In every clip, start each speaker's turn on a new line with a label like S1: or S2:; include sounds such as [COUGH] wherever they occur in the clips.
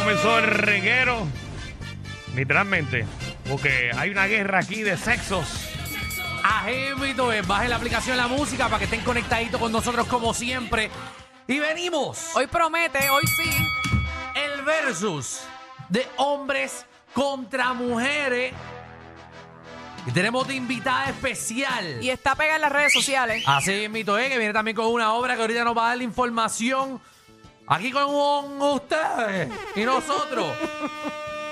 S1: comenzó el reguero. Literalmente. Porque hay una guerra aquí de sexos.
S2: Ajémito, es. bajen eh, la aplicación La Música para que estén conectaditos con nosotros como siempre. Y venimos.
S3: Hoy promete, hoy sí.
S2: El versus de hombres contra mujeres. Y tenemos de invitada especial.
S3: Y está pega en las redes sociales.
S2: Así es, Mito, eh, que viene también con una obra que ahorita nos va a dar la información. Aquí con ustedes y nosotros.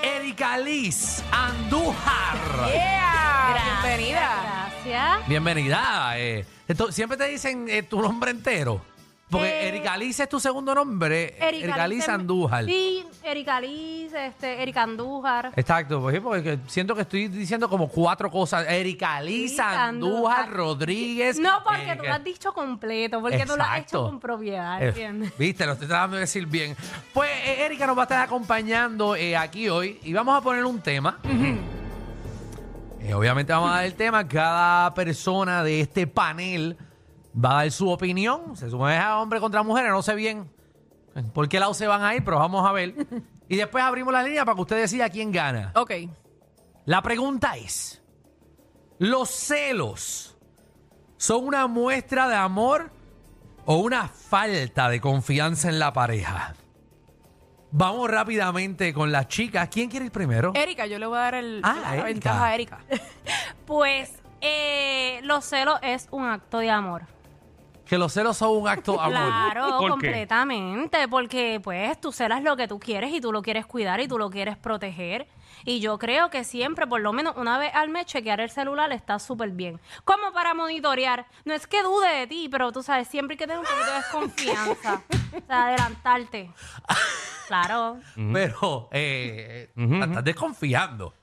S2: Erika Liz Andújar.
S3: Yeah.
S4: Gracias,
S3: Bienvenida.
S4: Gracias.
S2: Bienvenida. eh. Ento- siempre te dicen eh, tu nombre entero. Porque
S4: Eh,
S2: Erika Liz es tu segundo nombre. Erika Liz
S4: Liz en-
S2: Andújar.
S4: Sí, Erika Liz, este, Erika Andújar.
S2: Exacto, pues sí, porque siento que estoy diciendo como cuatro cosas. Erika Liz
S4: Liz
S2: Andújar
S4: Andújar.
S2: Rodríguez.
S4: No, porque tú lo
S2: Erika-
S4: has dicho completo, porque tú lo has
S2: Exacto.
S4: hecho con propiedad,
S2: Eh,
S4: [LAUGHS] ¿entiendes?
S2: Viste, lo estoy tratando de decir bien. Pues eh, Erika nos va a estar acompañando eh, aquí hoy y vamos a poner un tema. Eh, obviamente vamos a dar el tema. Cada persona de este panel va a dar su opinión. Se supone que es a hombre contra mujeres, no sé bien por qué lado se van a ir, pero vamos a ver. Y después abrimos la línea para que usted decida quién gana.
S3: Ok.
S2: La pregunta es, ¿los celos son una muestra de amor o una falta de confianza en la pareja? Vamos rápidamente con las chicas. ¿Quién quiere ir primero?
S4: Eh.
S3: Erika, yo le voy a dar el,
S2: Ah,
S3: la
S2: Erika.
S3: ventaja a Erika.
S4: Pues eh, los celos es un acto de amor.
S2: Que los celos son un acto de amor.
S4: Claro,
S1: ¿Por qué?
S4: completamente, porque pues tú celas lo que tú quieres y tú lo quieres cuidar y tú lo quieres proteger. Y yo creo que siempre, por lo menos una vez al mes, chequear el celular está súper bien. Como para monitorear. No es que dude de ti, pero tú sabes, siempre hay que tener un poquito de desconfianza. o sea, adelantarte. Claro.
S2: Pero eh,
S1: Ujú,
S2: la
S1: ujú.
S2: estás desconfiando.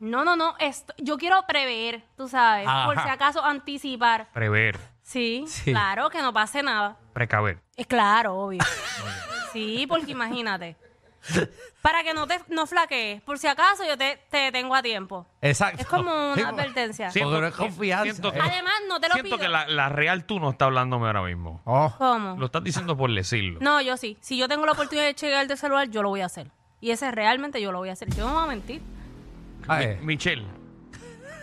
S4: No, no, no. esto- yo quiero prever, tú sabes. Por
S2: Ajá.
S4: si acaso anticipar.
S1: Prever,
S4: Sí,
S2: Sí.
S4: claro, que no pase nada.
S1: precaver.
S4: Es claro,
S1: [LAUGHS]
S4: obvio. sí, porque imagínate. Para que no te no flaquees, por si acaso yo te, te tengo a tiempo.
S2: Exacto.
S4: Es como
S2: Sí,
S4: una advertencia.
S2: Sí. Porque no es confianza,
S1: Siento que,
S2: eh.
S4: Además, no te lo
S1: siento
S4: pido.
S1: que la, la real tú no estás hablándome ahora mismo.
S2: Oh.
S4: ¿Cómo?
S1: Lo estás diciendo por decirlo.
S4: No, yo sí. Si yo tengo la oportunidad de chequear el celular, yo lo voy a hacer. Y ese realmente yo lo voy a hacer. Yo no voy a mentir.
S2: Ah,
S1: Mi-
S2: eh.
S1: Michelle,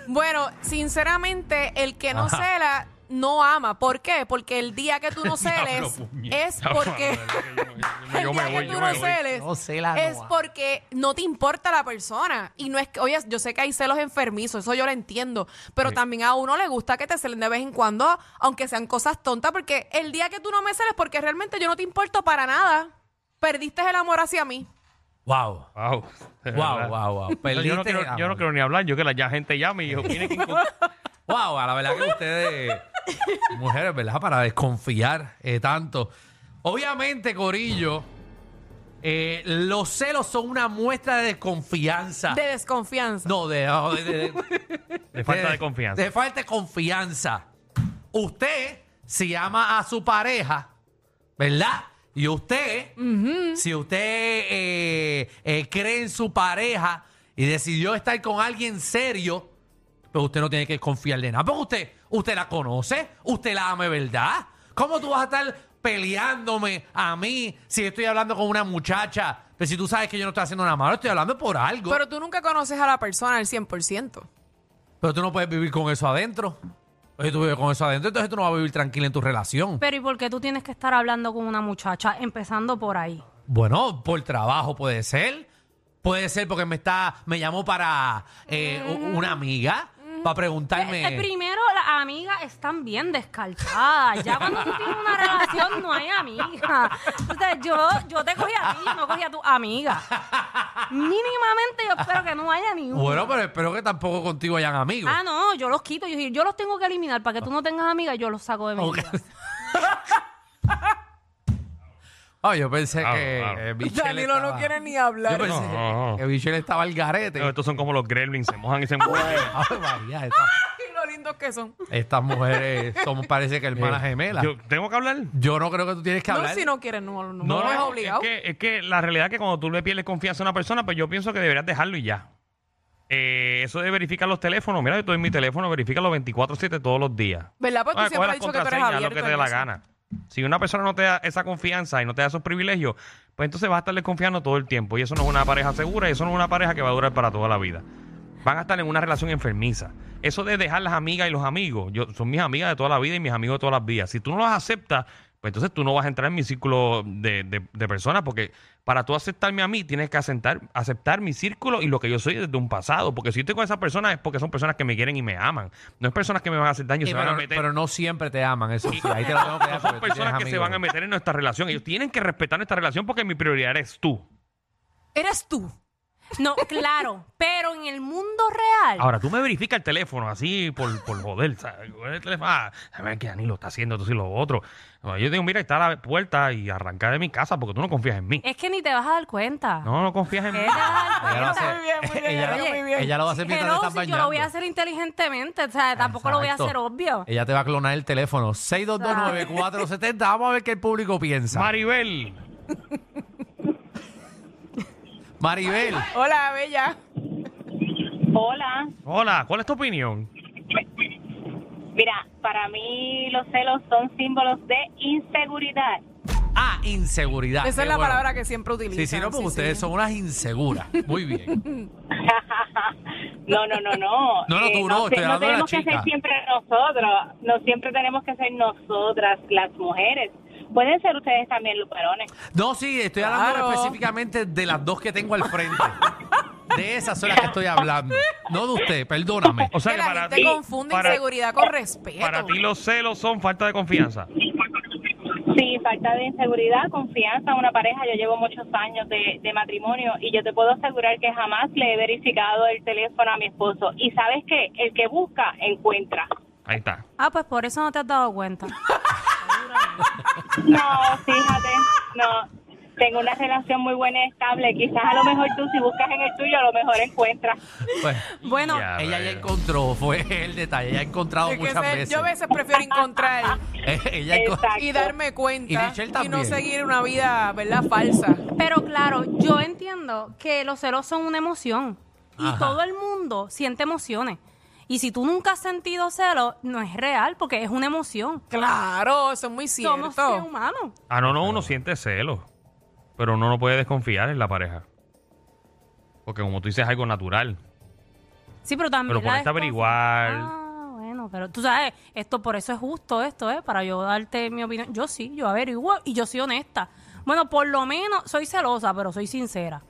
S3: Bueno, sinceramente, el que no
S2: Ajá.
S3: cela no ama. ¿Por qué? Porque el día que tú no celes
S1: [LAUGHS] Diablo, puñeta.
S3: es porque...
S1: yo,
S3: [LAUGHS] el
S1: me
S3: [LAUGHS] día
S1: voy,
S3: que
S1: yo
S3: tú
S1: me
S3: no
S1: voy.
S3: celes
S2: No cela, no
S3: es
S2: ama.
S3: porque no te importa la persona. Y no es que, oye, yo sé que hay celos enfermizos, eso yo lo entiendo. Pero
S1: Sí.
S3: también a uno le gusta que te celen de vez en cuando, aunque sean cosas tontas, porque el día que tú no me celes, porque realmente yo no te importo para nada. Perdiste el amor hacia mí.
S2: Wow.
S1: Wow. de
S2: Wow,
S1: verdad.
S2: wow, wow.
S1: yo, no
S2: Perdiste,
S1: quiero, yo no
S2: amor.
S1: quiero ni hablar, yo que la ya gente llame y opine que
S2: Wow, a la verdad que ustedes, mujeres, ¿verdad? Para desconfiar eh, tanto. Obviamente, Corillo, eh, los celos son una muestra de [LAUGHS] desconfianza.
S3: De desconfianza.
S2: No, de, no, de- de-
S1: de falta de confianza.
S2: Eh, De falta de confianza. Usted, si ama a su pareja, ¿verdad? Y usted, si usted eh, eh, cree en su pareja y decidió estar con alguien serio, pues usted no tiene que confiar de nada. Porque usted, usted la conoce, usted la ama, de ¿verdad? ¿Cómo tú vas a estar peleándome a mí si estoy hablando con una muchacha? Pero si tú sabes que yo no estoy haciendo nada malo, estoy hablando por algo.
S3: Pero tú nunca conoces a la persona al 100%.
S2: Pero tú no puedes vivir con eso adentro. Oye, tú vives con eso adentro, entonces tú no vas a vivir tranquila en tu relación.
S4: Pero ¿y por qué tú tienes que estar hablando con una muchacha empezando por ahí?
S2: Bueno, por trabajo puede ser. Puede ser porque me está, me llamó para eh,
S3: Mm.
S2: u- una amiga para preguntarme.
S4: Eh, eh, primero, las amigas están bien descartadas. Ya cuando tú tienes una relación, no hay amiga. O sea, yo, yo te cogí a ti, yo no cogí a tu amiga. Mínimamente, yo espero que no haya ni una.
S2: Bueno, pues, pero espero que tampoco contigo hayan amigos.
S4: Ah, no, yo los quito. Yo, yo los tengo que eliminar para que tú no tengas amigas, yo los saco de mi
S2: Ok.
S4: vida.
S2: Ah, yo pensé
S1: Claro,
S2: que
S1: claro.
S2: eh,
S3: [LAUGHS]
S2: Michelle estaba-
S3: ni
S2: Yo
S3: hablar.
S2: pensé
S1: No.
S2: que Michelle estaba al garete.
S1: No, estos son como los gremlins, se mojan y se mueren.
S2: Ay, María, esta-
S3: Y lo lindos que son.
S2: estas mujeres son, parece que hermanas gemelas. Yo,
S1: Yo- ¿Tengo que hablar?
S2: no creo que tú tienes que
S3: No,
S2: hablar.
S3: si no quieren, no, no,
S2: No,
S3: no, es
S2: no,
S3: obligado.
S1: Es que, es que la realidad es que cuando tú le pierdes confianza a una persona, pues yo pienso que deberías dejarlo y ya. Eh, eso de verificar los teléfonos, mira, yo estoy en mi teléfono, verifica los 24-7 todos los días.
S3: ¿Verdad? Porque
S1: Ah,
S3: tú
S1: coge
S3: siempre has
S1: las
S3: dicho que tú eres
S1: contraseñas, haz lo
S3: abierto.
S1: que te
S3: en
S1: dé la
S3: eso.
S1: gana. Si una persona no te da esa confianza y no te da esos privilegios, pues entonces vas a estarle confiando todo el tiempo. Y eso no es una pareja segura y eso no es una pareja que va a durar para toda la vida. Van a estar en una relación enfermiza. Eso de dejar las amigas y los amigos, yo, son mis amigas de toda la vida y mis amigos de todas las vidas. Si tú no los aceptas, pues entonces tú no vas a entrar en mi círculo de, de- de personas, porque para tú aceptarme a mí tienes que aceptar, aceptar mi círculo y lo que yo soy desde un pasado. Porque si yo estoy con esas personas es porque son personas que me quieren y me aman. No es personas que me van a hacer daño,
S2: Sí,
S1: se van
S2: pero,
S1: a meter.
S2: pero no siempre te aman, eso sí. Ahí te lo tengo que
S1: No
S2: dar.
S1: son
S2: porque tú tienes
S1: personas que se
S2: amigos.
S1: van a meter en nuestra relación. Ellos tienen que respetar nuestra relación porque mi prioridad eres tú.
S3: Eres tú.
S4: No, claro, pero en el mundo real.
S1: Ahora, tú me verificas el teléfono así por, por joder. ¿sabes? Coge El teléfono, ah, a ver que Danilo está haciendo esto y lo otro. No, Yo digo, mira, ahí está la puerta y arranca de mi casa porque tú no confías en mí.
S4: Es que ni te vas a dar cuenta.
S1: No, no confías en mí.
S4: Eh, te vas a dar
S2: Ella lo,
S4: cuenta.
S2: hace-
S3: Muy bien, muy bien,
S2: ella,
S3: muy bien.
S2: ella lo va a hacer mientras
S4: Hello,
S2: te estás
S4: si
S2: bañando.
S4: yo lo voy a hacer inteligentemente, o sea, tampoco lo voy a
S2: Exacto. Eh.
S4: hacer obvio.
S2: Ella te va a clonar el teléfono. 6229470. Vamos a ver qué el público piensa.
S1: Maribel.
S2: Maribel.
S3: Hola, bella.
S2: Ah,
S5: Hola.
S1: Hola, ¿cuál es tu opinión?
S5: Mira, para mí los celos son símbolos de inseguridad.
S2: Ah, inseguridad.
S3: Esa
S2: Qué
S3: es la
S2: bueno.
S3: palabra que siempre utilizan.
S2: Sí, sí, no, porque ustedes
S3: sí.
S2: son unas inseguras. Muy bien.
S5: No, no, no, no.
S2: [LAUGHS] No, no, tú no,
S5: se-
S2: estoy hablando de la
S5: tenemos que
S2: chica.
S5: ser siempre nosotros. No siempre tenemos que ser nosotras las mujeres. Pueden ser ustedes también los varones.
S2: No, sí, estoy hablando
S3: Claro.
S2: específicamente de las dos que tengo al frente. De esas son las que estoy hablando. No de usted, perdóname.
S1: O sea
S3: que
S1: que
S3: la
S1: para
S3: gente
S1: ti,
S3: confunde
S1: para-
S3: inseguridad con respeto.
S1: para ti los celos son falta de confianza.
S5: Sí, falta de inseguridad, confianza en una pareja. Yo llevo muchos años de, de matrimonio y yo te puedo asegurar que jamás le he verificado el teléfono a mi esposo. Y sabes que el que busca, encuentra.
S1: Ahí está.
S4: Ah, pues por eso no te has dado cuenta.
S5: No, fíjate, no. Tengo una relación muy buena y estable. Quizás a lo mejor tú, si buscas en el tuyo, a lo mejor encuentras.
S2: Pues,
S4: Bueno,
S1: Ya,
S2: ella ya
S1: bueno.
S2: encontró, [LAUGHS] fue el detalle. Ella ha encontrado
S3: Es que
S2: muchas
S3: ese-
S2: veces.
S3: Yo a veces
S2: [LAUGHS]
S3: prefiero encontrar
S2: Ella ha encontrado-
S5: Exacto.
S3: y darme cuenta
S2: Michelle
S3: y no
S2: también.
S3: seguir una vida, ¿verdad? Falsa.
S4: pero claro, yo entiendo que los celos son una emoción y
S2: Ajá.
S4: todo el mundo siente emociones. Y si tú nunca has sentido celos, no es real porque es una emoción.
S3: Claro, eso es muy cierto.
S4: Somos seres humanos.
S1: Ah, no, no, uno siente celos. Pero uno no puede desconfiar en la pareja. Porque como tú dices, es algo natural.
S4: Sí, pero también.
S1: Pero
S4: la
S1: ponerte a
S4: desconfi-
S1: averiguar.
S4: Ah, bueno, pero tú sabes, esto por eso es justo esto, ¿eh? Para yo darte mi opinión. Yo sí, yo averiguo y yo soy honesta. Bueno, por lo menos soy celosa, pero soy sincera.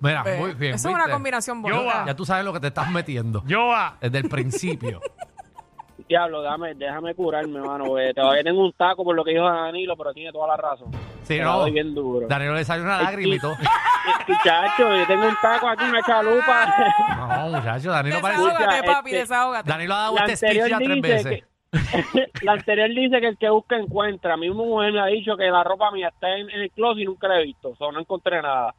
S2: Mira,
S3: Ve,
S2: muy bien.
S3: Eso es una
S2: ¿viste?
S3: combinación
S1: Yo
S3: bonita.
S1: va.
S2: Ya tú sabes lo que te estás metiendo.
S1: Yoa.
S2: Desde el
S6: [LAUGHS]
S2: principio.
S6: Diablo, dame, déjame curarme, mano. eh, todavía tengo un taco por lo que dijo Danilo, pero tiene toda la razón.
S2: Sí,
S6: Te la
S2: no.
S6: doy bien duro.
S2: Danilo le salió una lágrima y todo.
S6: Muchacho, yo tengo un taco aquí, una chalupa.
S2: No, muchacho, Danilo parece.
S3: Desahógate,
S6: Escucha,
S3: papi,
S6: este-
S3: desahógate.
S2: Danilo ha dado este speech ya tres veces.
S6: que, [LAUGHS] la anterior dice que el que busca encuentra. Mi mujer me ha dicho que la ropa mía está en, en el closet y nunca la he visto. O sea, no encontré nada.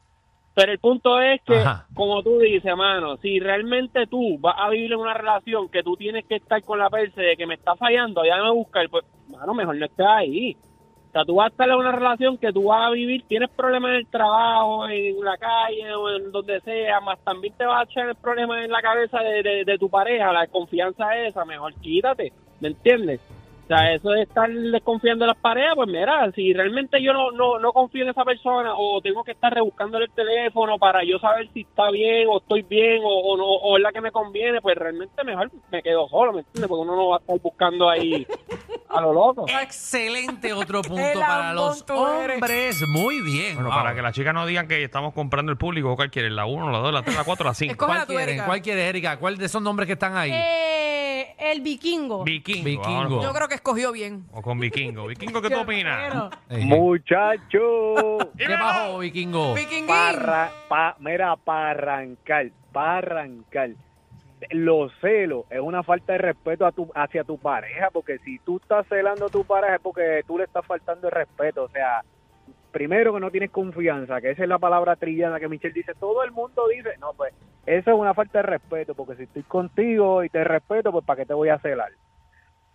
S6: Pero el punto es que,
S2: Ajá.
S6: como tú dices, mano, si realmente tú vas a vivir en una relación que tú tienes que estar con la persona de que me está fallando, ya me busca, pues, mano, mejor no estés ahí. O sea, tú vas a estar en una relación que tú vas a vivir, tienes problemas en el trabajo, en la calle o en donde sea, más también te vas a echar el problema en la cabeza de, de- de tu pareja, la desconfianza esa, mejor quítate, ¿me entiendes? O sea, eso de estar desconfiando de las parejas, pues mira, si realmente yo no, no, no confío en esa persona o tengo que estar rebuscándole el teléfono para yo saber si está bien o estoy bien o, o no, o es la que me conviene, pues realmente mejor me quedo solo, ¿me entiendes? Porque uno no va a estar buscando ahí a lo loco.
S2: Excelente otro punto
S3: [LAUGHS] El
S2: para
S3: ambón
S2: los
S3: tú eres.
S2: hombres. Muy bien.
S1: Bueno,
S2: Wow.
S1: para que las chicas no digan que estamos comprando el público, ¿cuál quieren? ¿La 1, la 2, la 3, la 4, la 5?
S3: como- Cógela
S2: ¿Cuál
S3: tú,
S2: quieren?
S3: Erika.
S2: ¿Cuál quieres, Erika? ¿Cuál de esos nombres que están ahí?
S4: Eh, el vikingo.
S1: Vikingo.
S2: Vikingo.
S1: vámonos con-
S3: Yo creo que escogió bien.
S1: O con Vikingo. Vikingo, ¿qué
S3: [LAUGHS]
S1: tú opinas?
S2: Eh,
S7: Muchacho,
S2: ¿Qué bajó, vikingo?
S3: Vikinguín.
S7: para, pa- mira, para arrancar, para arrancar. Los celos es una falta de respeto a tu, hacia tu pareja, porque si tú estás celando a tu pareja es porque tú le estás faltando el respeto. O sea, primero que no tienes confianza, que esa es la palabra trillada que Michelle dice, todo el mundo dice, no, pues eso es una falta de respeto, porque si estoy contigo y te respeto, pues ¿para qué te voy a celar?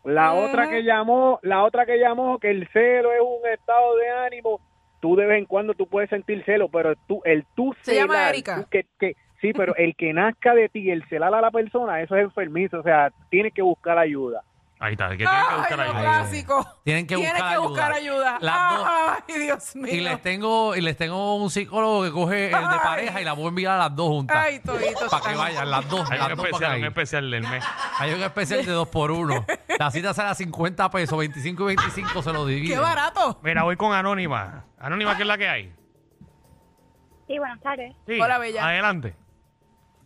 S7: La
S3: Ujú.
S7: otra que llamó, la otra que llamó, que el celo es un estado de ánimo. Tú de vez en cuando tú puedes sentir celo, pero tú, el tú
S3: Se llama
S7: celar,
S3: Erika.
S7: tú que, que- sí, pero el que nazca de ti, el celar a la persona, eso es enfermizo. O sea, tienes que buscar ayuda.
S1: Ahí está, que tienen que
S3: Ay,
S1: buscar
S3: lo
S1: ayuda.
S3: clásico.
S2: Tienen que buscar ayuda.
S3: ayuda.
S2: Las dos.
S3: Ay, Dios mío.
S2: Y les tengo, y les tengo un psicólogo que coge el de
S3: Ay.
S2: pareja y la voy a enviar a las dos juntas.
S3: Ay, toditos
S2: Para que
S3: están-
S2: vayan, las dos,
S1: Hay un
S2: las dos para que
S1: especial, un
S2: vayan.
S1: especial del mes.
S2: Hay un especial de dos por uno. La cita sale a 50 pesos, 25 y 25 se lo dividen.
S3: Qué barato.
S1: Mira, voy con Anónima. Anónima, ¿qué es la que hay?
S8: Sí, buenas tardes.
S1: Sí.
S3: Hola, bella.
S1: Adelante.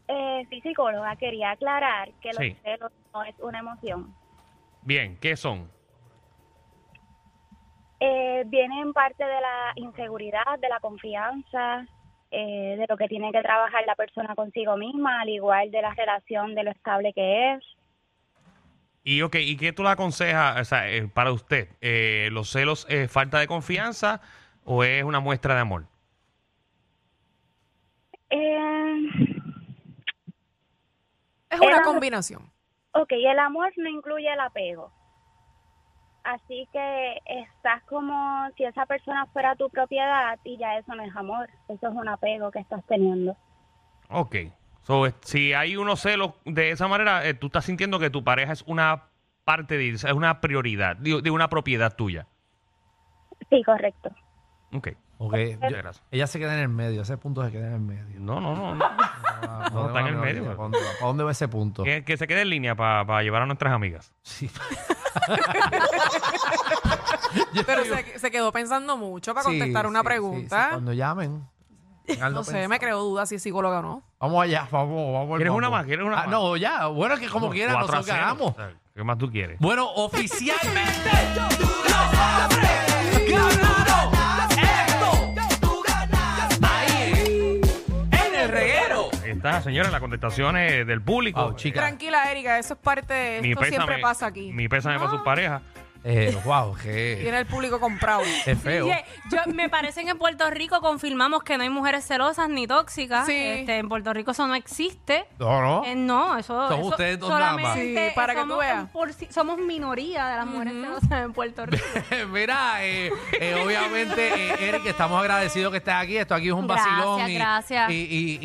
S8: Eh, sí, psicóloga, quería aclarar que
S1: Sí.
S8: los celos no es una emoción.
S1: Bien, ¿qué son?
S8: Eh, viene en parte de la inseguridad, de la confianza, eh, de lo que tiene que trabajar la persona consigo misma, al igual de la relación, de lo estable que es.
S1: Y ok, ¿y qué tú le aconsejas o sea, eh, para usted? Eh, ¿Los celos es falta de confianza o es una muestra de amor?
S8: Eh,
S3: Es una
S8: Era-
S3: combinación.
S8: ok, el amor no incluye el apego. Así que estás como si esa persona fuera tu propiedad y ya eso no es amor, eso es un apego que estás teniendo.
S1: Ok. So, eh, si hay unos celos de esa manera, eh, tú estás sintiendo que tu pareja es una parte de es una prioridad, digo, de una propiedad tuya.
S8: Sí, correcto.
S1: Ok.
S2: Ok, yo-
S1: gracias.
S2: ella se queda en el medio, ese punto se queda en el medio.
S1: No, no, no. no.
S2: [LAUGHS] Ah,
S1: No, está en el medio.
S2: ¿Para dónde, va? ¿Para dónde va ese punto?
S1: que, que se quede en línea para llevar a nuestras amigas.
S2: Sí.
S3: Pero se, se quedó pensando mucho para
S2: Sí,
S3: contestar una
S2: sí, sí,
S3: pregunta.
S2: sí, Cuando llamen.
S3: No
S2: tenganlo
S3: sé,
S2: pensado.
S3: me creo duda si es psicóloga o no.
S2: Vamos allá, vamos, vamos.
S1: ¿Quieres una
S2: vamos.
S1: más? ¿Quieres una
S2: Ah,
S1: más?
S2: no, ya. Bueno, es que como quiera,
S1: Cuatro a
S2: nosotros
S1: cero.
S2: ganamos.
S1: O sea, ¿Qué más tú quieres?
S2: Bueno, oficialmente tú lo sabes, ganaron esto, tú ganas ahí en el reguero.
S1: Ahí está, señores, las contestaciones del público.
S2: Wow, Oh, chica.
S3: Tranquila, Erika, eso es parte de esto. siempre pasa aquí. Ah.
S1: Mi pésame para sus parejas.
S2: Eh, wow, qué,
S3: Tiene el público
S2: [LAUGHS]
S3: comprado.
S2: qué feo.
S4: Oye, yo, me parece que en Puerto Rico confirmamos que no hay mujeres celosas ni tóxicas.
S3: Sí.
S4: Este, en Puerto Rico eso no existe.
S2: No, no.
S4: Eh, no, eso.
S2: Oh. Son
S4: eso
S2: ustedes dos nada más.
S4: solamente
S3: Sí, para que tú
S4: somos,
S3: veas.
S4: un por- somos minoría de las mujeres celosas en Puerto Rico.
S2: [LAUGHS] Mira, eh, eh, obviamente, eh, Eric, estamos agradecidos que estés aquí. Esto aquí es un
S4: Gracias,
S2: vacilón. y-
S4: gracias.
S2: Y,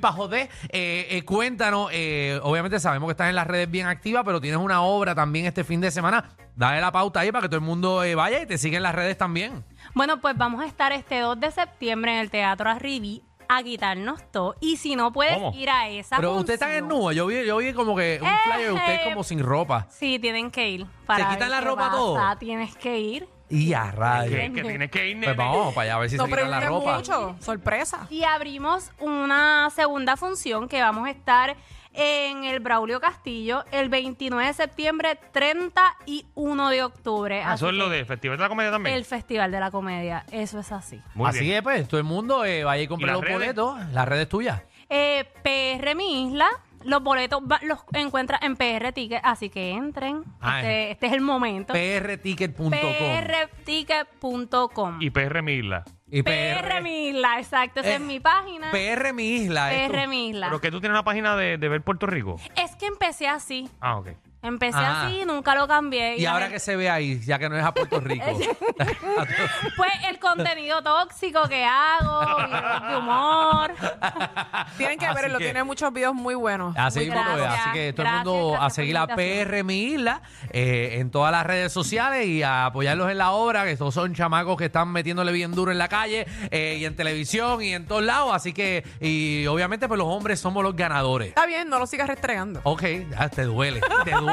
S2: para joder, eh, eh, cuéntanos, eh, obviamente sabemos que estás en las redes bien activa, pero tienes una obra también este fin de semana. Dale la pauta ahí para que todo el mundo eh, vaya y te siga en las redes también.
S4: Bueno, pues vamos a estar este 2 de septiembre en el Teatro Arribí a quitarnos todo. Y si no puedes
S1: ¿Cómo?
S4: ir a esa.
S2: Pero usted está en
S4: función-
S2: nudo. Yo vi, yo vi como que un
S4: Eh,
S2: flyer de usted
S4: eh.
S2: como sin ropa.
S4: Sí, tienen que ir.
S2: ¿Se quitan
S4: ver
S2: la
S4: qué
S2: ropa
S4: pasa.
S2: todo?
S4: Tienes que ir.
S2: Y a rayos.
S1: Que, que tienes que ir, nene.
S2: Pues vamos para allá a ver si
S3: no
S2: se quitan la
S3: preguntes
S2: ropa.
S3: mucho. Sorpresa.
S4: Y abrimos una segunda función que vamos a estar en el Braulio Castillo el 29 de septiembre, 30 y 1 de octubre.
S1: Ah,
S4: Así
S1: Eso es lo
S4: que
S1: del Festival de la Comedia también.
S4: El Festival de la Comedia, eso es así.
S1: Muy
S2: Así
S1: bien.
S2: que pues, todo el mundo eh, vaya y compre
S1: las
S2: los
S1: redes?
S2: boletos. Las redes tuyas.
S4: Eh, PR Mi Isla, los boletos va- los encuentras en PR Ticket, así que entren.
S2: Ah,
S4: Este,
S1: eh.
S4: este es el momento.
S2: prticket.com.
S4: PRTicket.com.
S1: Y PR Mila.
S2: Y
S4: PR Mi Isla, exacto, esa
S2: Eh,
S4: es mi página.
S2: PR mi isla. es tu-
S4: PR Mi Isla.
S1: Pero que tú tienes una página de, de ver Puerto Rico.
S4: Es que empecé así.
S1: Ah, ok.
S4: Empecé
S2: Ah.
S4: así, nunca lo cambié.
S2: Y
S4: la
S2: ahora
S4: gente-
S2: que se ve ahí, ya que no es a
S4: [LAUGHS]
S2: Puerto Rico.
S4: Pues el contenido tóxico que hago, videos de humor.
S3: Tienen que
S2: Así
S3: verlo.
S2: que-
S3: Tiene muchos videos muy buenos.
S2: Así
S4: Muy
S2: mismo lo es.
S4: gracias.
S2: Así que todo el
S4: Gracias,
S2: mundo a
S4: gracias
S2: seguir
S4: por
S2: a
S4: la invitación.
S2: PR Mi Isla eh, en todas las redes sociales y a apoyarlos en la obra, que estos son chamacos que están metiéndole bien duro en la calle eh, y en televisión y en todos lados. Así que, y obviamente, pues los hombres somos los ganadores.
S3: Está bien, no lo sigas restregando.
S2: Ok, ah, te duele, te duele.